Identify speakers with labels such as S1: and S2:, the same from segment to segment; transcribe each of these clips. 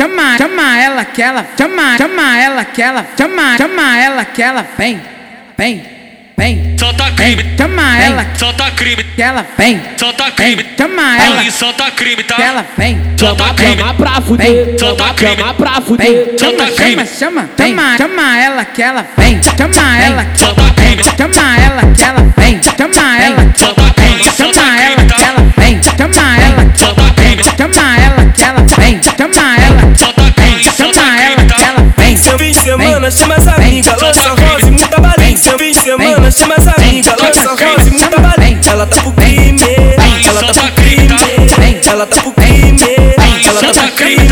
S1: Chama, chama ela que ela, chama, chama ela que ela, chama, chama ela que ela vem, vem, vem.
S2: Solta
S1: Vem,
S2: crime,
S1: chama ela
S2: solta crime,
S1: que ela vem,
S2: solta
S1: vem,
S2: crime,
S1: chama ela
S2: aí solta crime, tá?
S1: que ela vem,
S2: Solta
S3: Chama,
S2: crime,
S3: chama pra fuder,
S1: Vem.
S3: chama,
S2: Solta crime.
S3: chama pra
S1: vem,
S3: fuder.
S1: chama,
S2: Solta
S1: chama,
S2: crime.
S1: chama, chama, chama ela que ela vem, chama ela que
S2: Solta
S1: ela vem,
S2: crime.
S1: chama ela que ela vem, chama ela que ela
S2: Solta
S1: vem,
S2: crime, solta
S1: chama ela que
S2: crime, tá?
S1: ela vem, chama ela que ela
S2: Solta crime,
S1: vem, chama ela que ela vem, chama ela que ela
S2: solta
S1: vem,
S2: crime,
S1: chama
S2: solta
S1: ela
S2: crime,
S1: que ela
S2: tá?
S1: vem.
S4: Seu fim de semana, chama as amigas, lança rosa e muita balinha. Seu fim de semana, chama as amigas, lança rosa e muita balinha. Ela tá pro crime, ela tá pro crime, ela tá pro crime, ela tá pro crime.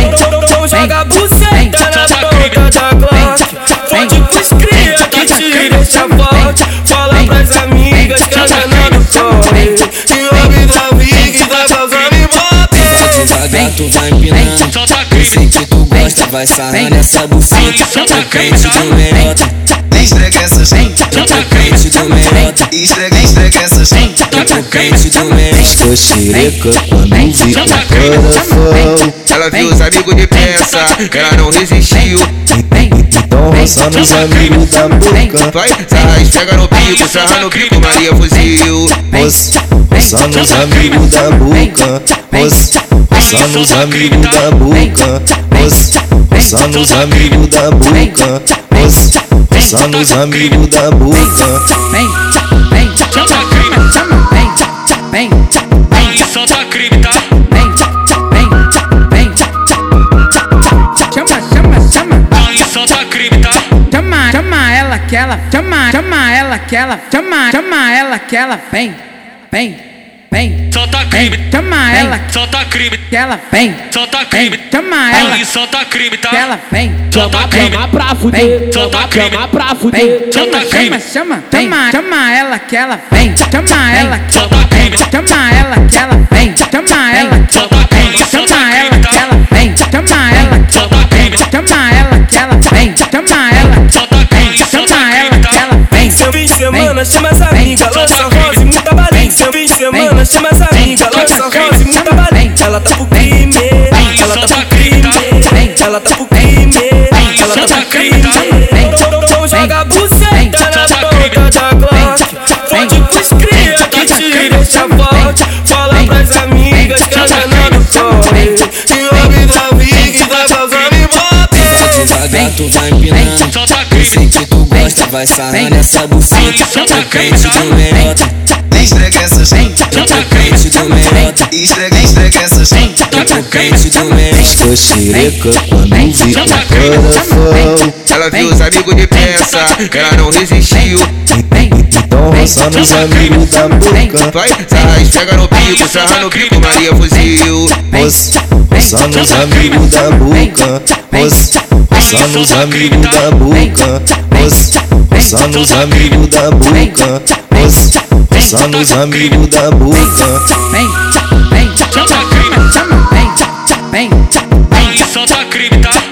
S4: Então, então joga a buceta na ponta da Glock. Pode prescrever que te deixa forte. Fala pras amigas que ela não me corre. Que o homem da vida tá causando ibope.
S5: Devagar tu vai empinando
S2: solta
S5: Eu sei
S2: crime,
S5: que tu gosta, vai sarrando essa buceta
S2: Solta
S5: No pente
S2: crime,
S5: do meiota
S6: Estrega essa gente,
S5: No pente do meiota
S6: estrega, estrega essa gente.
S5: No pente do meiota
S7: Sou xereca quando vi o
S2: solta crime,
S7: coração
S6: Ela viu os amigos de peça, ela não resistiu.
S7: Então roçando os amigos da boca
S6: Vai, sarra, esfrega no bico, sarra no bico, Maria fuzil.
S7: Moço, roçando os amigos da boca Moço, roçando os amigos da boca Moço, roçando os amigos da boca Moço, roçando os amigos da boca
S1: Vem, vem,
S2: solta crime,
S1: chama, vem, vem, vem.
S2: aí solta crime, tá?
S1: Vem, vem, vem. Chama, chama, chama,
S2: Aí solta crime, tá?
S1: chama, chama ela que ela, chama, chama ela que ela, chama, chama ela que ela vem, vem, vem,
S2: Solta
S1: vem,
S2: crime,
S1: chama ela
S2: solta crime,
S1: que ela vem,
S2: solta
S1: vem,
S2: crime,
S1: chama ela
S2: aí solta crime,
S1: que ela
S2: tá?
S1: vem,
S2: Solta
S3: Chama,
S2: crime,
S3: chama pra fuder,
S2: Solta
S3: chama,
S2: crime.
S3: chama pra
S1: vem,
S3: fuder.
S1: chama, chama, chama, chama, chama ela que ela vem, chama ela,
S2: solta crime,
S1: chama ela que ela vem, chama ela,
S2: solta crime, solta
S1: chama ela
S2: crime,
S1: que ela
S2: tá?
S1: vem, chama ela,
S2: Solta crime,
S1: chama ela que ela vem, chama ela.
S2: solta crime, solta
S1: Chama ela
S2: crime,
S1: que ela
S2: tá?
S1: vem.
S4: Seu fim de semana, chama as amigas, lança rosa e muita balinha. Seu fim de semana, chama as amigas, lança rosa e muita balinha. Ela tá pro crime, ela tá pro crime, ela tá pro crime, ela tá pro crime. Então, então joga a buceta na ponta da Glock. Pode prescrever que te deixa forte. Fala pras amigas que ela não me corre. Que o homem da vida tá causando ibope.
S5: Devagar tu vai empinando
S2: Solta
S5: Eu
S2: crime,
S5: sei que tu gosta, vai sarrando essa buceta No pente do meiota
S6: Estrega essa gente,
S5: No pente do meiota
S6: estrega, estrega essa gente.
S5: No pente do meiota
S7: Sou xereca quando vi o coração
S6: Ela viu os amigos de peça, ela não resistiu.
S7: Então roçando os amigos da boca
S6: Vai, sarra, esfrega no bico, sarra no bico, Maria fuzil.
S7: Moço, roçando os amigos da boca Moço, roçando os amigos da boca Moço, roçando os amigos da boca Moço, roçando os amigos da boca
S1: Vem, vem,
S2: solta crime,
S1: chama, vem, vem,
S2: aí solta crime, tá?